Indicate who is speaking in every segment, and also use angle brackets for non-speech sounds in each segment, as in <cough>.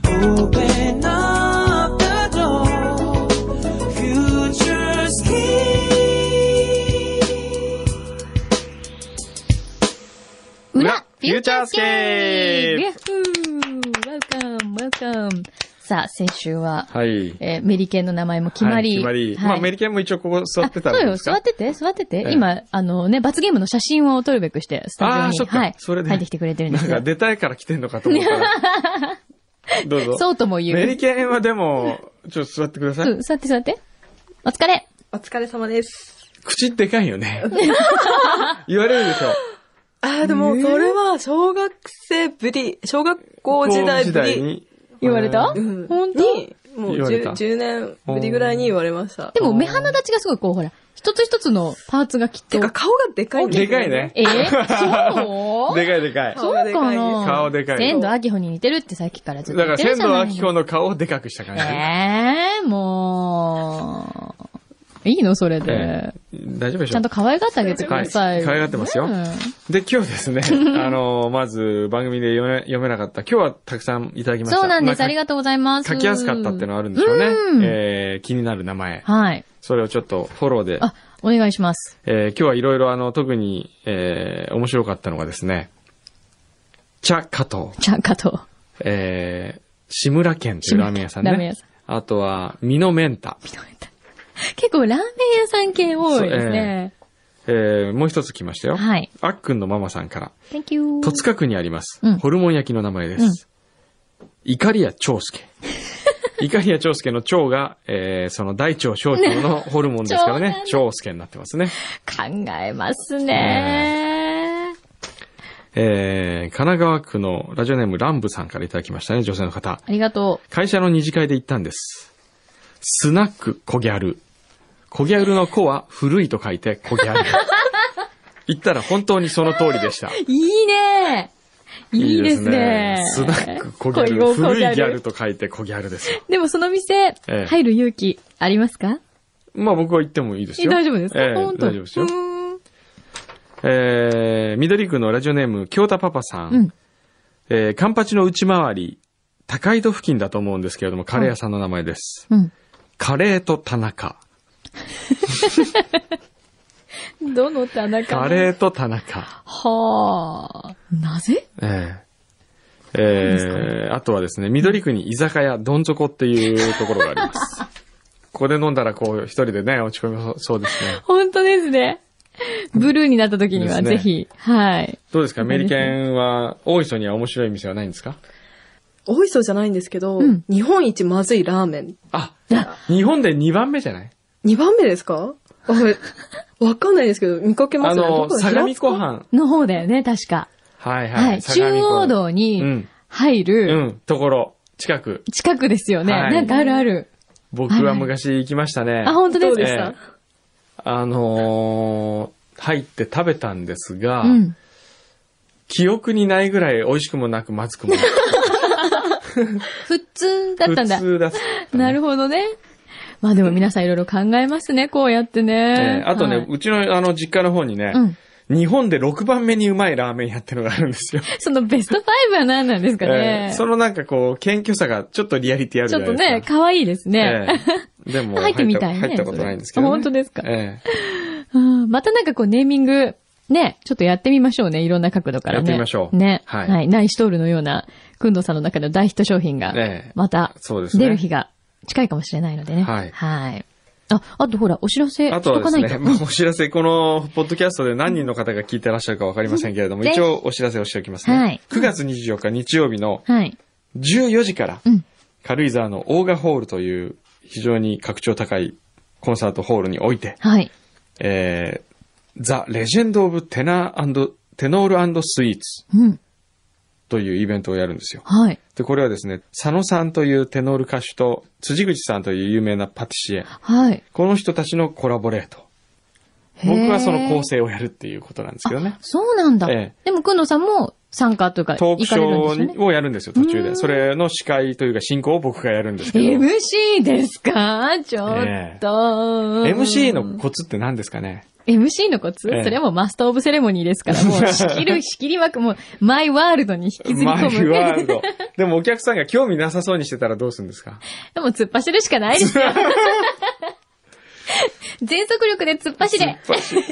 Speaker 1: Open up the door. Future's key.
Speaker 2: 裏、フ
Speaker 3: フューチャースケープ
Speaker 2: ヤッフー !Welcome, welcome! さあ、先週は、
Speaker 3: はい。
Speaker 2: えーメリケンの名前も決まり。
Speaker 3: はい決まり。
Speaker 2: はい
Speaker 3: まあ、メリケンも一応ここ座ってたん
Speaker 2: あそうよ、
Speaker 3: です
Speaker 2: 座
Speaker 3: か
Speaker 2: ってて、座ってて。
Speaker 3: ええ
Speaker 2: 今、あのね、罰ゲームの写真を撮るべくして、スタ
Speaker 3: あー
Speaker 2: ジ
Speaker 3: そ
Speaker 2: オ
Speaker 3: っ
Speaker 2: に、
Speaker 3: か
Speaker 2: はい、
Speaker 3: それで
Speaker 2: 入ってきてくれてるんで
Speaker 3: な
Speaker 2: す
Speaker 3: ん
Speaker 2: よ
Speaker 3: か。出たいから来てんのかと思ったら。
Speaker 2: <laughs>
Speaker 3: どうぞ。
Speaker 2: そうとも言う。
Speaker 3: メリケンはでも、ちょっと座ってください。
Speaker 2: うん、座って座って。お疲れ
Speaker 4: お疲れ様です。
Speaker 3: 口でかいよ
Speaker 2: <laughs>
Speaker 3: ね。言われるでしょ。
Speaker 4: ああ、でも、それは、小学生ぶり、小学校時代ぶり。
Speaker 3: に。
Speaker 2: 言われた
Speaker 3: えー
Speaker 4: うん
Speaker 2: 本当
Speaker 4: に、もう
Speaker 3: 言われ
Speaker 4: 10,
Speaker 3: た
Speaker 4: 10年ぶりぐらいに言われました
Speaker 2: で。も、目鼻立ちがすごい、こう、ほら、一つ一つのパーツがきってと。
Speaker 4: か、顔がでかいんだよ
Speaker 3: でかいね。
Speaker 2: えー、そう
Speaker 3: でかいでかい。
Speaker 2: そうかな
Speaker 3: 顔でかい
Speaker 2: 仙道明穂に似てるってさっきからずっと
Speaker 3: だか
Speaker 2: 言ってる
Speaker 3: ら、仙
Speaker 2: じゃ
Speaker 3: 道
Speaker 2: な
Speaker 3: 明
Speaker 2: い
Speaker 3: 子の顔をでかくした感じ。
Speaker 2: ええもう。いいのそれで
Speaker 3: え。ー大丈夫でし
Speaker 2: ちゃ
Speaker 3: ょ
Speaker 2: んと可愛がってあげてくださいよ。
Speaker 3: はい可愛がってますよ
Speaker 2: うん
Speaker 3: で、今日で
Speaker 2: <laughs>
Speaker 3: すね、あの、まず番組で読め読めなかった。今日はたくさんいただきました。
Speaker 2: そうなんです。
Speaker 3: ま
Speaker 2: ありがとうございます。
Speaker 3: 書きやすかったってのはあるんでしょうね。
Speaker 2: うん
Speaker 3: えー、気になる名前。
Speaker 2: はい。
Speaker 3: それをちょっとフォローで。
Speaker 2: あ、お願いします。
Speaker 3: えー今日はいろいろあの、特に、えー面白かったのがですね、茶加藤、
Speaker 2: ちゃんかと。 <laughs>
Speaker 3: えー、志村県というラーメン屋さんね。
Speaker 2: ラーメン屋さん
Speaker 3: あとは、美濃メンタ。
Speaker 2: 結構ラーメン屋さん系多いですね。
Speaker 3: えーもう一つ来ましたよ。
Speaker 2: はい。
Speaker 3: あっくんのママさんから。
Speaker 2: Thank you.
Speaker 3: 戸塚区にあります、
Speaker 2: うん、
Speaker 3: ホルモン焼きの名前です。いかりや長介。いかりや長介の長が、えーその大腸小腸のホルモンですからね長介になってますね。
Speaker 2: 考えますね。
Speaker 3: えー神奈川区のラジオネームランブさんからいただきましたね、女性の方。
Speaker 2: ありがと
Speaker 3: 会社の二次会で行ったんです。スナックコギャル。コギャルの子は古いと書いてコギ
Speaker 2: <laughs>
Speaker 3: ャル。行ったら本当にその通りでした。
Speaker 2: う。いいね。いいですね。
Speaker 3: いいですねスナックコギャ
Speaker 2: 恋をコ
Speaker 3: ル。
Speaker 2: ギャル
Speaker 3: 古いギャルと書いてコギャルですよ。
Speaker 2: でもその店、
Speaker 3: ええ
Speaker 2: 入る勇気ありますか
Speaker 3: まあ僕は行ってもいいですよ。
Speaker 2: え大丈夫ですか
Speaker 3: ええ
Speaker 2: 本当
Speaker 3: 大丈夫ですよ。えー、緑区のラジオネーム、京太パパさん。
Speaker 2: うん
Speaker 3: えーカンパチの内回り、高井戸付近だと思うんですけれども、カレー屋さんの名前です。
Speaker 2: うん。
Speaker 3: カレーと田中。
Speaker 2: どの田中
Speaker 3: カレーと田中。
Speaker 2: はあ。なぜ
Speaker 3: えええーあとはですね、緑区に居酒屋、どん底っていうところがあ
Speaker 2: <laughs>
Speaker 3: ります。ここで飲んだらこう、一人でね、落ち込みそうそうですね。
Speaker 2: 本当ですね。ブルーになった時には
Speaker 3: です
Speaker 2: ぜ
Speaker 3: ね
Speaker 2: ひ、はい。
Speaker 3: どうですかメリケンは、大磯には面白い店はないんですか
Speaker 4: 大磯じゃないんですけど、
Speaker 2: うん
Speaker 4: 日本一まずいラーメン。
Speaker 3: あ、日本で2番目じゃない
Speaker 4: 2番目ですかあれ、わかんないですけど、見かけま
Speaker 3: あ
Speaker 4: すね。ど
Speaker 3: の、
Speaker 4: こだ
Speaker 3: 相模湖。
Speaker 4: 平塚
Speaker 3: 畔。
Speaker 2: の方だよね、確か。
Speaker 3: はいはい。
Speaker 2: はい。中
Speaker 3: 相模湖
Speaker 2: 央道
Speaker 3: う
Speaker 2: に
Speaker 3: ん
Speaker 2: 入
Speaker 3: う
Speaker 2: る
Speaker 3: ん、ところ、近く。
Speaker 2: 近くですよね。
Speaker 3: はい
Speaker 2: なんかあるある。
Speaker 3: 僕は昔行きましたね。
Speaker 2: あ、本当です
Speaker 4: どうで
Speaker 2: か
Speaker 4: した
Speaker 3: ええあのー入って食べたんですが、
Speaker 2: うん。
Speaker 3: 記憶にないぐらい美味しくもなくまずくもなく。
Speaker 2: 普通 <laughs> だったんだ
Speaker 3: 普。通だった、
Speaker 2: なる
Speaker 3: ほ
Speaker 2: ほど <laughs> ね。まあでも皆さんいろいろ考えますね、こうやってね。
Speaker 3: あとね、
Speaker 2: はいう
Speaker 3: ちのあの実家の方にね、
Speaker 2: うん
Speaker 3: 日本で6番目にうまいラーメン屋ってのがあるんですよ。
Speaker 2: そのベスト5は何なんですか
Speaker 3: えー
Speaker 2: ね。
Speaker 3: そのなんかこう、謙虚さがちょっとリアリティある
Speaker 2: ち
Speaker 3: じゃ
Speaker 2: ょっ
Speaker 3: な
Speaker 2: と
Speaker 3: いですか。
Speaker 2: ね、可愛いですね。
Speaker 3: えーでも
Speaker 2: <laughs> 入ってみたいね。
Speaker 3: 入ったことないんですけど、ね。
Speaker 2: 本当ですか。
Speaker 3: え
Speaker 2: うんまたなんかこうネーミング、ね、ちょっとやってみましょうね。いろんな角度からね。
Speaker 3: やってみましょう
Speaker 2: ね。は
Speaker 3: はい
Speaker 2: い。ナイシトールのような、くんどさんの中の大ヒット商品が
Speaker 3: ええ、
Speaker 2: また、
Speaker 3: そうですね
Speaker 2: 出る日が近いかもしれないのでね。
Speaker 3: はい
Speaker 2: はい。あ、あとほら、お知らせ
Speaker 3: えあ
Speaker 2: し
Speaker 3: と
Speaker 2: と
Speaker 3: は
Speaker 2: か
Speaker 3: で
Speaker 2: ない
Speaker 3: すね、
Speaker 2: と。
Speaker 3: <laughs> まあお知らせ、この、ポッドキャストで何人の方が聞いてらっしゃるかわかりませんけれども、
Speaker 2: ぜひ
Speaker 3: 一応お知らせをしておきますね。
Speaker 2: はい
Speaker 3: 9月24日日曜日の
Speaker 2: はい。
Speaker 3: 14時から、
Speaker 2: うん。
Speaker 3: 軽井沢のオーガホールという非常に格調高いコンサートホールにおいて、
Speaker 2: はい。
Speaker 3: えー、ザ・レジェンド・オブ・テナーテノールスイーツ
Speaker 2: うん。
Speaker 3: というイベントをやるんですよ。
Speaker 2: はい。
Speaker 3: で、これはですね、佐野さんというテノール歌手と、辻口さんという有名なパティシエ、
Speaker 2: はい。
Speaker 3: この人たちのコラボレート。
Speaker 2: へー
Speaker 3: 僕はその構成をやるっていうことなんですけどね。
Speaker 2: そうなんだ
Speaker 3: ええ。
Speaker 2: でも、くんどさんも参加というか、
Speaker 3: トーク
Speaker 2: 行
Speaker 3: シ
Speaker 2: かれるん
Speaker 3: ョ
Speaker 2: ですよね
Speaker 3: ー。をやるんですよ、途中
Speaker 2: う
Speaker 3: で。
Speaker 2: ん
Speaker 3: それの司会というか進行を僕がやるんですけど。
Speaker 2: MC ですかちょっと。
Speaker 3: MC のコツって何ですかね
Speaker 2: MC のコツ、
Speaker 3: ええ
Speaker 2: それはもうマスターオブセレモニーですから、もう仕切
Speaker 3: <laughs>
Speaker 2: る、仕切りまく、もう、マイワールドに引きずり
Speaker 3: マ
Speaker 2: 込
Speaker 3: イ
Speaker 2: む。
Speaker 3: ワールド。でもお客さんが興味なさそうにしてたらどうするんですか
Speaker 2: <laughs> でも突っ走るしかないです
Speaker 3: <laughs>
Speaker 2: よ。全速力で突っ走れ
Speaker 3: 突っ走る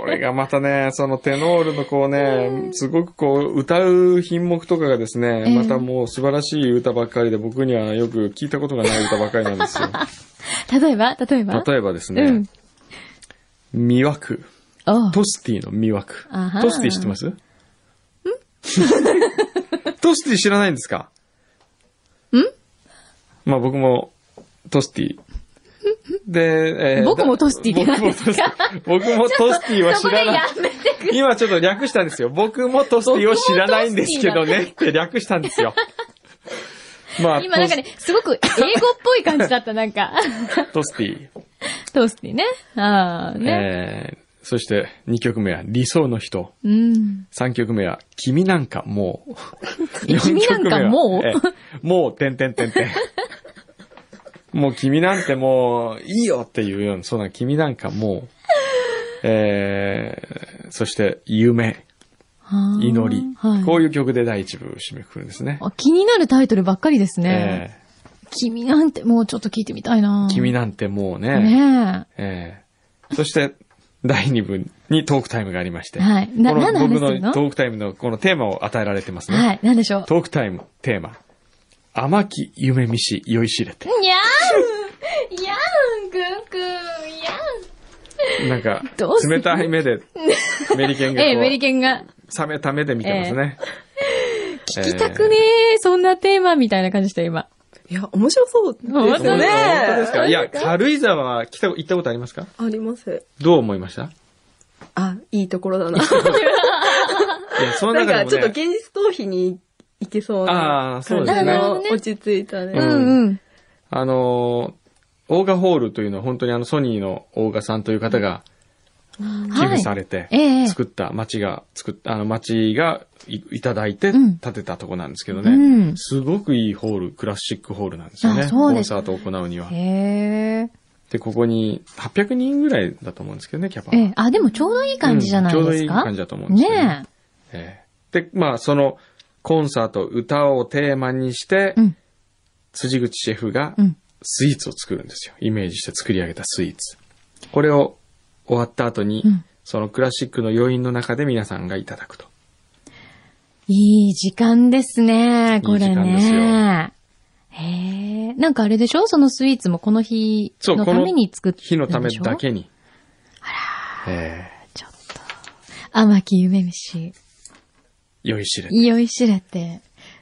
Speaker 3: これがまたね、そのテノールのこうね、すごくこう、歌う品目とかがですね、
Speaker 2: え
Speaker 3: またもう素晴らしい歌ばっかりで、僕にはよく聞いたことがない歌ばっかりなん <laughs> ですよ。
Speaker 2: 例えば例えば
Speaker 3: 例えばです
Speaker 2: う
Speaker 3: ね
Speaker 2: ん、
Speaker 3: 魅惑。
Speaker 2: おう
Speaker 3: トスティの魅惑
Speaker 2: あ。は
Speaker 3: トスティ知ってます <laughs> トスティ知らないんですかんまあ僕もトスティ。で、えー
Speaker 2: 僕もトスティって
Speaker 3: 僕
Speaker 2: 何
Speaker 3: も
Speaker 2: で
Speaker 3: ト
Speaker 2: す
Speaker 3: ステ
Speaker 2: か
Speaker 3: ィ僕もトスティは
Speaker 2: そこ
Speaker 3: 知
Speaker 2: で
Speaker 3: らない
Speaker 2: や。めてく
Speaker 3: <laughs> 今ちょっと略したんですよ。僕もトスティを知らないんですけどねって略したんです
Speaker 2: <laughs>
Speaker 3: よ。まあ、
Speaker 2: 今なんかね、すごく英語っぽい感じだった、なん
Speaker 3: <laughs>
Speaker 2: か。
Speaker 3: トストスティ。
Speaker 2: トースティね。ああ、ね。
Speaker 3: えーそして2曲目は理想の人。
Speaker 2: うん。
Speaker 3: 3曲目は、君なんかもう。
Speaker 2: え <laughs> 君なんかもう
Speaker 3: 4曲目はええもう、てんてんてんて
Speaker 2: <laughs>
Speaker 3: ん。もう君なんてもう、いいよっていうような、そうな、君なんかもう。えー、そして、夢、
Speaker 2: はあ
Speaker 3: 祈り、
Speaker 2: はい
Speaker 3: こういう曲で第一部締めくくるんですね。
Speaker 2: あ気になるタイトルばっかりですね。
Speaker 3: え
Speaker 2: 君なんてもうちょっと聞いてみたいな
Speaker 3: ー君なんてもうね。
Speaker 2: ね
Speaker 3: えーそして、第2部にトークタイムがありまして。
Speaker 2: はいな
Speaker 3: この
Speaker 2: 何の話
Speaker 3: 僕
Speaker 2: する
Speaker 3: の
Speaker 2: の
Speaker 3: トークタイムのこのテーマを与えられてます
Speaker 2: え。
Speaker 3: ね。
Speaker 2: はい、なんでしょう。
Speaker 3: トークタイム、テーマ。甘き夢見し酔いしれて。
Speaker 2: にゃーんやーんくんくんや
Speaker 3: なんか
Speaker 2: <laughs> どう、する
Speaker 3: 冷たい目で、メリケン
Speaker 2: ーん
Speaker 3: が
Speaker 2: <laughs> ええ、
Speaker 3: こう、
Speaker 2: メリケンが
Speaker 3: 冷めた目で見てますね。
Speaker 2: 聞きたくねえ、そんなテーマみたいな感じでした、今。
Speaker 4: いや、面白そうですね。
Speaker 2: 面白い
Speaker 3: 本当ですかいや、軽井沢は来た、行ったことありますか
Speaker 4: あります。
Speaker 3: どう思いました
Speaker 4: あ、いいところだな。
Speaker 3: いや、その
Speaker 4: なん
Speaker 3: 中
Speaker 4: かち
Speaker 3: で
Speaker 4: ょっ
Speaker 3: も
Speaker 4: と現
Speaker 3: ね、
Speaker 4: 実逃避に行けそう
Speaker 3: あー
Speaker 4: な
Speaker 3: そう
Speaker 4: 感
Speaker 3: で
Speaker 2: ね
Speaker 3: す
Speaker 4: じの
Speaker 2: なるほどね
Speaker 4: 落ち着いた
Speaker 3: う
Speaker 2: う
Speaker 4: ね。
Speaker 3: ん
Speaker 2: んうん。
Speaker 3: あのー、オーガホールというのは本当にあのソニーのオーガさんという方が寄
Speaker 2: は
Speaker 3: 付
Speaker 2: い。
Speaker 3: されて
Speaker 2: ええ、
Speaker 3: 作った、町が、作った、あの町がいいただいて
Speaker 2: うん
Speaker 3: 建てたとこなんですけど
Speaker 2: う
Speaker 3: ね。
Speaker 2: ん
Speaker 3: すごくいいホール、クラシックホールなんですよね。
Speaker 2: あ
Speaker 3: コ
Speaker 2: そう
Speaker 3: ン
Speaker 2: です
Speaker 3: サートを行うには。
Speaker 2: へー
Speaker 3: で、ここに800人ぐらいだと思うんですけどね、キャパは。
Speaker 2: ええ、あ、でもちょうどいい感じじゃないですか。
Speaker 3: うんちょうどいい感じだと思うんですよね
Speaker 2: ねえ。
Speaker 3: ええで、まあ、その、コンサート、歌をテーマにして、
Speaker 2: うん
Speaker 3: 辻口シェフが
Speaker 2: うん、
Speaker 3: スイーツを作るんですよ。イメージして作り上げたスイーツ。これを終わった後に、
Speaker 2: うん
Speaker 3: そのクラシックの余韻の中で皆さんがいただくと。
Speaker 2: いい時間ですね、こ
Speaker 3: いい
Speaker 2: れ
Speaker 3: 時間です
Speaker 2: ね。へえ。なんかあれでしょそのスイーツもこの日
Speaker 3: そう
Speaker 2: の
Speaker 3: こ
Speaker 2: た
Speaker 3: の
Speaker 2: めに作って
Speaker 3: 火のた
Speaker 2: で
Speaker 3: め
Speaker 2: しょ
Speaker 3: だ。けに。あら、え
Speaker 2: ちょっと。甘き夢飯。
Speaker 3: え酔いしれて。
Speaker 2: 酔いしれて、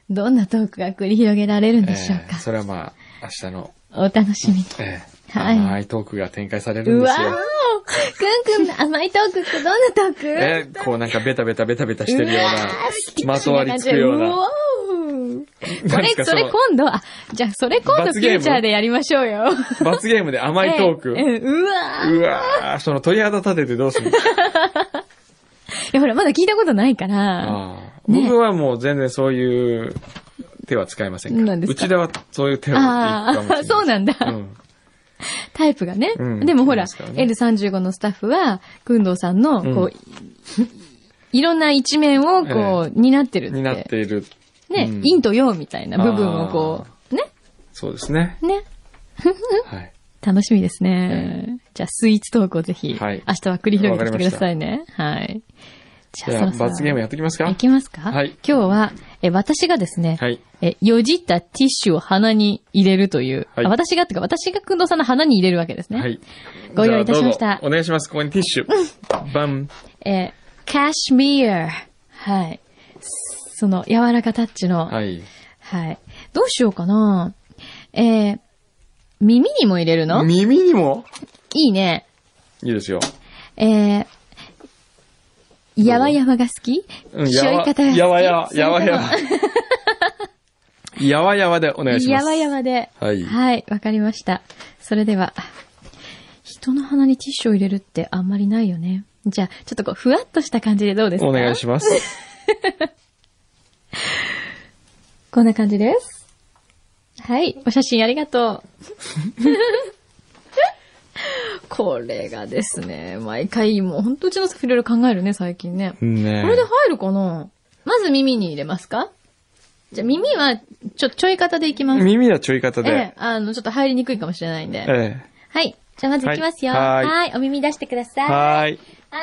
Speaker 2: どんなトークが繰り広げられるんでしょう
Speaker 3: ええ
Speaker 2: か。
Speaker 3: それはまあ、明日の、
Speaker 2: お楽しみに。
Speaker 3: ええ
Speaker 2: はい
Speaker 3: 甘いトークが展開されるん
Speaker 2: う
Speaker 3: で
Speaker 2: わ
Speaker 3: すよ。
Speaker 2: ーくんくんの甘いトークってどんなトーク
Speaker 3: えーこうなんかベタベタベタベタしてるような、まとわりつくよう
Speaker 2: う
Speaker 3: な。
Speaker 2: わー
Speaker 3: な
Speaker 2: そ
Speaker 3: んで
Speaker 2: れ
Speaker 3: す、か
Speaker 2: それ
Speaker 3: その
Speaker 2: 今度、あ、じゃあそれ今度フ
Speaker 3: 罰ゲー
Speaker 2: ュ
Speaker 3: ム
Speaker 2: ーチャーでやりましょうよ。
Speaker 3: 罰ゲームで甘いトーク。
Speaker 2: ええうんうわー
Speaker 3: うわーその鳥肌立ててどうする
Speaker 2: いや、ほら、まだ聞いたことないから。
Speaker 3: あー僕はもう全然そういう手は使いませんか
Speaker 2: な
Speaker 3: ら。
Speaker 2: んです
Speaker 3: う
Speaker 2: か
Speaker 3: ちではそういう手は
Speaker 2: あ
Speaker 3: 使いませ
Speaker 2: あ、そうなんだ。
Speaker 3: うん
Speaker 2: タイプがね。
Speaker 3: うん
Speaker 2: でもほら、
Speaker 3: そうです
Speaker 2: L35 のスタッフは、くんどうさんの、
Speaker 3: うん
Speaker 2: こう、いいろんな一面を、こう、担ってるって。
Speaker 3: になっている。
Speaker 2: ね、
Speaker 3: うん
Speaker 2: 陰と陽みたいな部分をこう、ね、
Speaker 3: そうですね。
Speaker 2: ね。
Speaker 3: はい。
Speaker 2: 楽しみですね。じゃあ、スイーツトークをぜひ、
Speaker 3: はい
Speaker 2: 明日は繰り広げてきてくださいね。はい。じ
Speaker 3: じゃあ、罰ゲームやってきますか
Speaker 2: いきますか
Speaker 3: はい
Speaker 2: 今日は、え、私がですね、
Speaker 3: はい。
Speaker 2: え、よじったティッシュを鼻に入れるという、
Speaker 3: はい
Speaker 2: あ私がっていうか、私がくんどうさんの鼻に入れるわけですね。
Speaker 3: はい。
Speaker 2: ご用意いたしました
Speaker 3: じゃあどうぞお願いします。ここにティッシュ。バン。
Speaker 2: えー、カシミヤ。はい。その、柔らかタッチの、は。
Speaker 3: はいい。
Speaker 2: どうしようかなえー、耳にも入れるの
Speaker 3: 耳にも
Speaker 2: いいね。
Speaker 3: いいですよ。
Speaker 2: えー、やわやわが好き
Speaker 3: うん
Speaker 2: しょい方が好き
Speaker 3: やわやわ、やわやわ
Speaker 2: それとも。
Speaker 3: やわやわでお願いしま
Speaker 2: や
Speaker 3: す。
Speaker 2: わやわで。
Speaker 3: はい
Speaker 2: はい、わかりました。それでは、人の鼻にティッシュを入れるってあんまりないよね。じゃあ、ちょっとこう、ふわっとした感じでどうですか
Speaker 3: お願いします。
Speaker 2: こんな感じです。はい。お写真ありがとう。 <laughs> これがですね、毎回もう、ほんとうちのスタッフいろいろ考えるね、最近ね。
Speaker 3: ね
Speaker 2: これで入るかなまず耳に入れますかじゃあ耳は、ちょ、ちょい方でいきます。
Speaker 3: 耳はちょい方
Speaker 2: ええ
Speaker 3: で。、
Speaker 2: あの、ちょっと入りにくいかもしれないんで。
Speaker 3: え
Speaker 2: はい。じゃあまずいきますよ。
Speaker 3: は
Speaker 2: はいい
Speaker 3: は
Speaker 2: お耳出してくださ
Speaker 3: え
Speaker 2: い。
Speaker 3: はーい。
Speaker 2: は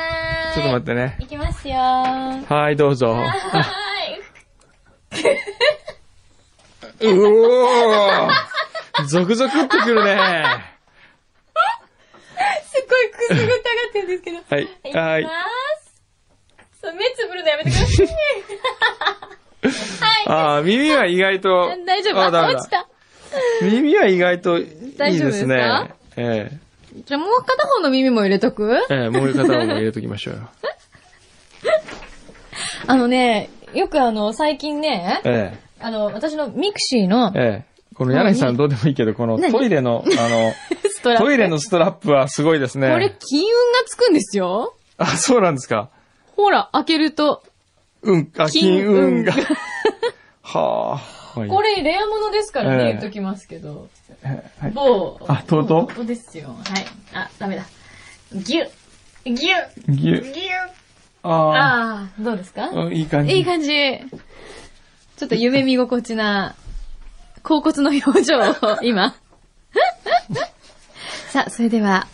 Speaker 2: ーい。。
Speaker 3: ちょっと待っててね。
Speaker 2: いきますよー。
Speaker 3: はーい、どう
Speaker 2: <laughs>
Speaker 3: ぞ。
Speaker 2: はーい。
Speaker 3: うおーゾクゾクってくるね。
Speaker 2: すっごいくすぐったがってるんですけど。
Speaker 3: はい
Speaker 2: いき
Speaker 3: は
Speaker 2: ま
Speaker 3: い
Speaker 2: ーす。そう、目つぶるのやめてください。はい。
Speaker 3: ああ、耳は意外と。
Speaker 2: <laughs> 大丈夫。
Speaker 3: あ、ダ
Speaker 2: あ
Speaker 3: メ
Speaker 2: 落ち
Speaker 3: だ。
Speaker 2: た。
Speaker 3: 耳は意外といい
Speaker 2: 大丈夫
Speaker 3: で
Speaker 2: ですす
Speaker 3: ね
Speaker 2: か。
Speaker 3: ええ。
Speaker 2: じゃあもう片方の耳も入れとく
Speaker 3: ええ、もう片方も入れときましょ
Speaker 2: <laughs>
Speaker 3: うよ。
Speaker 2: あのね、よくあの、最近ね、
Speaker 3: え
Speaker 2: あの、私のミクシーの
Speaker 3: え。ええ。この柳井さんどうでもいいけど、この
Speaker 2: 何
Speaker 3: トイレの、あ
Speaker 2: スト
Speaker 3: の、
Speaker 2: ラッ
Speaker 3: ト
Speaker 2: プ。
Speaker 3: イレのストラップはすごいです
Speaker 2: これ
Speaker 3: ね。
Speaker 2: 金運がつくんですよ。
Speaker 3: あ、そうなんですか。
Speaker 2: ほら、開けると。
Speaker 3: うん、あ、金
Speaker 2: 金
Speaker 3: 運
Speaker 2: 運 <laughs>
Speaker 3: が。はあ。まあいい
Speaker 2: これ、レアものですから
Speaker 3: ええ
Speaker 2: ね、言っときますけど。
Speaker 3: はい
Speaker 2: 某。
Speaker 3: あとうとう
Speaker 2: 某元ですよ。はい。あ、ダメだ。ぎゅ。ぎゅ。
Speaker 3: ぎゅ、
Speaker 2: ぎゅ。
Speaker 3: あ
Speaker 2: ああ、どうですか
Speaker 3: あ、うんいい感じ。
Speaker 2: いい感じ。ちょっと夢見心地な、甲骨の表情を、今。 <laughs> さあ、それでは、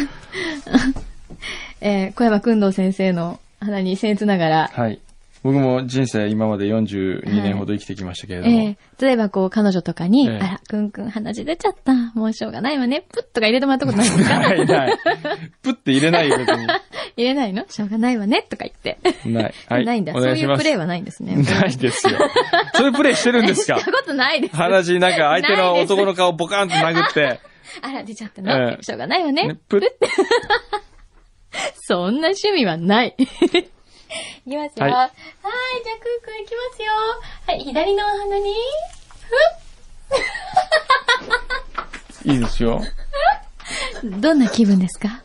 Speaker 2: <laughs> えー小山くんどう先生の鼻に僭越ながら、
Speaker 3: はい。僕も人生今まで42年ほど生きてきましたけれども、
Speaker 2: えー例えばこう、彼女とかに、
Speaker 3: ええ
Speaker 2: あら、くんくん鼻血出ちゃった。もうしょうがないわね。プッとか入れてもらったことないんですか
Speaker 3: <laughs> ないない。プって入れないよ、
Speaker 2: <laughs>
Speaker 3: 別
Speaker 2: 入れないのしょうがないわね。とか言って。
Speaker 3: に。ない。はい。
Speaker 2: ないんだ。
Speaker 3: お
Speaker 2: そ
Speaker 3: 願
Speaker 2: う
Speaker 3: い
Speaker 2: い
Speaker 3: し
Speaker 2: う
Speaker 3: ます
Speaker 2: プレイはないんです
Speaker 3: <laughs>
Speaker 2: ね。
Speaker 3: ないですよ。そういうプレイしてるんです
Speaker 2: <laughs>
Speaker 3: か
Speaker 2: したことないです。
Speaker 3: <laughs> 話、なんか相手の
Speaker 2: ないです
Speaker 3: 男の顔ボカンと殴って、
Speaker 2: あら、出ちゃったな。
Speaker 3: ええ
Speaker 2: しょうがないわね。
Speaker 3: ねプって。
Speaker 2: そんな趣味はない。いきますよ。はいい、い、じゃあ、
Speaker 3: は
Speaker 2: くーくんいきますよ。はい、左のお花に、
Speaker 3: いいですよ。
Speaker 2: どんな気分ですか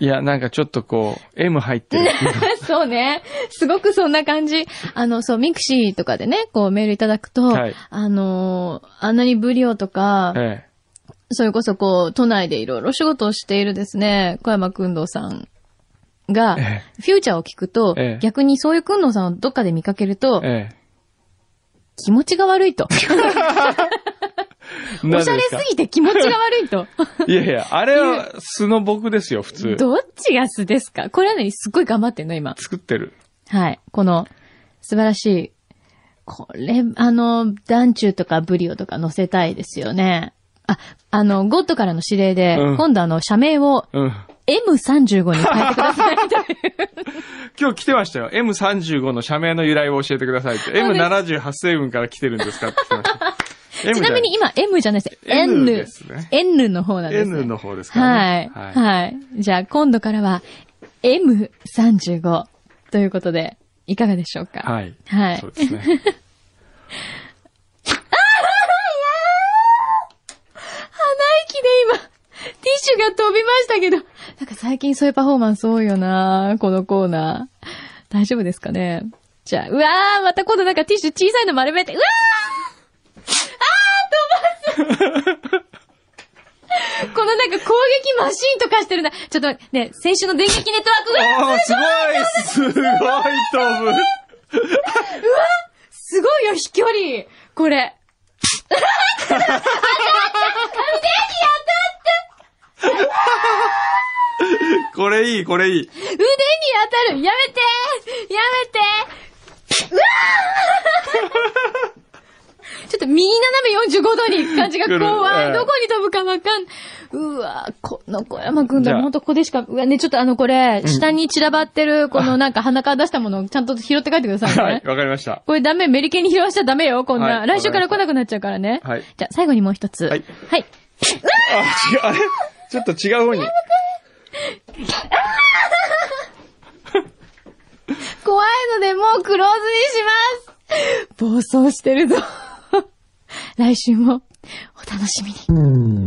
Speaker 3: いや、なんかちょっとこう、M 入ってる。
Speaker 2: <laughs> そうね。すごくそんな感じ。あの、そう、ミクシーとかでね、こうメールいただくと、
Speaker 3: はい
Speaker 2: あのーあんなにブリオとか、
Speaker 3: ええ。
Speaker 2: それこそこう、都内でいろいろ仕事をしているですね、小山くんどうさんが、フ
Speaker 3: え
Speaker 2: ューチャーを聞くと、
Speaker 3: ええ
Speaker 2: 逆にそういうくんどうさんをどっかで見かけると、
Speaker 3: え
Speaker 2: 気持ちが悪いと。
Speaker 3: え。
Speaker 2: おしゃれすぎて気持ちが悪いと。
Speaker 3: ぎいやいや、あれは素の僕ですよ、普通。
Speaker 2: どっちが素ですかこれはね、すっごい頑張ってんの、今。
Speaker 3: 作ってる。
Speaker 2: はい。この、素晴らしい。これ、あの、団中とかブリオとか載せたいですよね。あ、あの、ゴッドからの指令で、
Speaker 3: うん
Speaker 2: 今度あの、社名を
Speaker 3: うん。
Speaker 2: M35 に変えてくださ
Speaker 3: <laughs>
Speaker 2: いという。
Speaker 3: 今日来てましたよ。M35 の社名の由来を教えてくださいって。M78 成分から来てるんですかって来てました。
Speaker 2: ちなみに今、M じゃないです。
Speaker 3: M
Speaker 2: N。
Speaker 3: ですね
Speaker 2: N の方なんです、ね。
Speaker 3: N の方ですから
Speaker 2: は
Speaker 3: ね
Speaker 2: い。。はい。じゃあ、今度からは、M35 ということで、いかがでしょうか
Speaker 3: はい。
Speaker 2: はい
Speaker 3: そう。ですね。
Speaker 2: 鼻息で今、ティッシュが飛びましたけど。なんか最近そういうパフォーマンス多いよなこのコーナー。大丈夫ですかねじゃあ、うわー、また今度なんかティッシュ小さいの丸めて、うわーあー、飛ばすこのなんか攻撃マシーンとかしてるな。ちょっとね、先週の電撃ネットワーク、うわー
Speaker 3: ああ、すごいすごい飛ぶ
Speaker 2: すごいよ、飛距離これ。
Speaker 3: これいい、これいい。
Speaker 2: 腕に当たるやめてやめてうわーちょっと右斜め45度に感じが
Speaker 3: 来る
Speaker 2: 怖
Speaker 3: ええ
Speaker 2: い。どこに飛ぶかわかん。うわーこの小山くん
Speaker 3: じゃ
Speaker 2: だ。
Speaker 3: あ
Speaker 2: ほんとここでしか、うわね、ちょっとあのこれ、下に散らばってる、このなんか鼻から出したものをちゃんと拾って帰ってくださいね。
Speaker 3: はい、わかりました。
Speaker 2: これダメ、メリケンに拾わしちゃダメよ、こんな。
Speaker 3: はい
Speaker 2: 来週から来なくなっちゃうからね。
Speaker 3: はい
Speaker 2: じゃあ最後にもう一つ。
Speaker 3: はい
Speaker 2: はい。
Speaker 3: あ、違う、あれちょっと違う方に。
Speaker 2: 怖いのでもうクローズにします暴走してるぞ。来週もお楽しみに。
Speaker 3: うん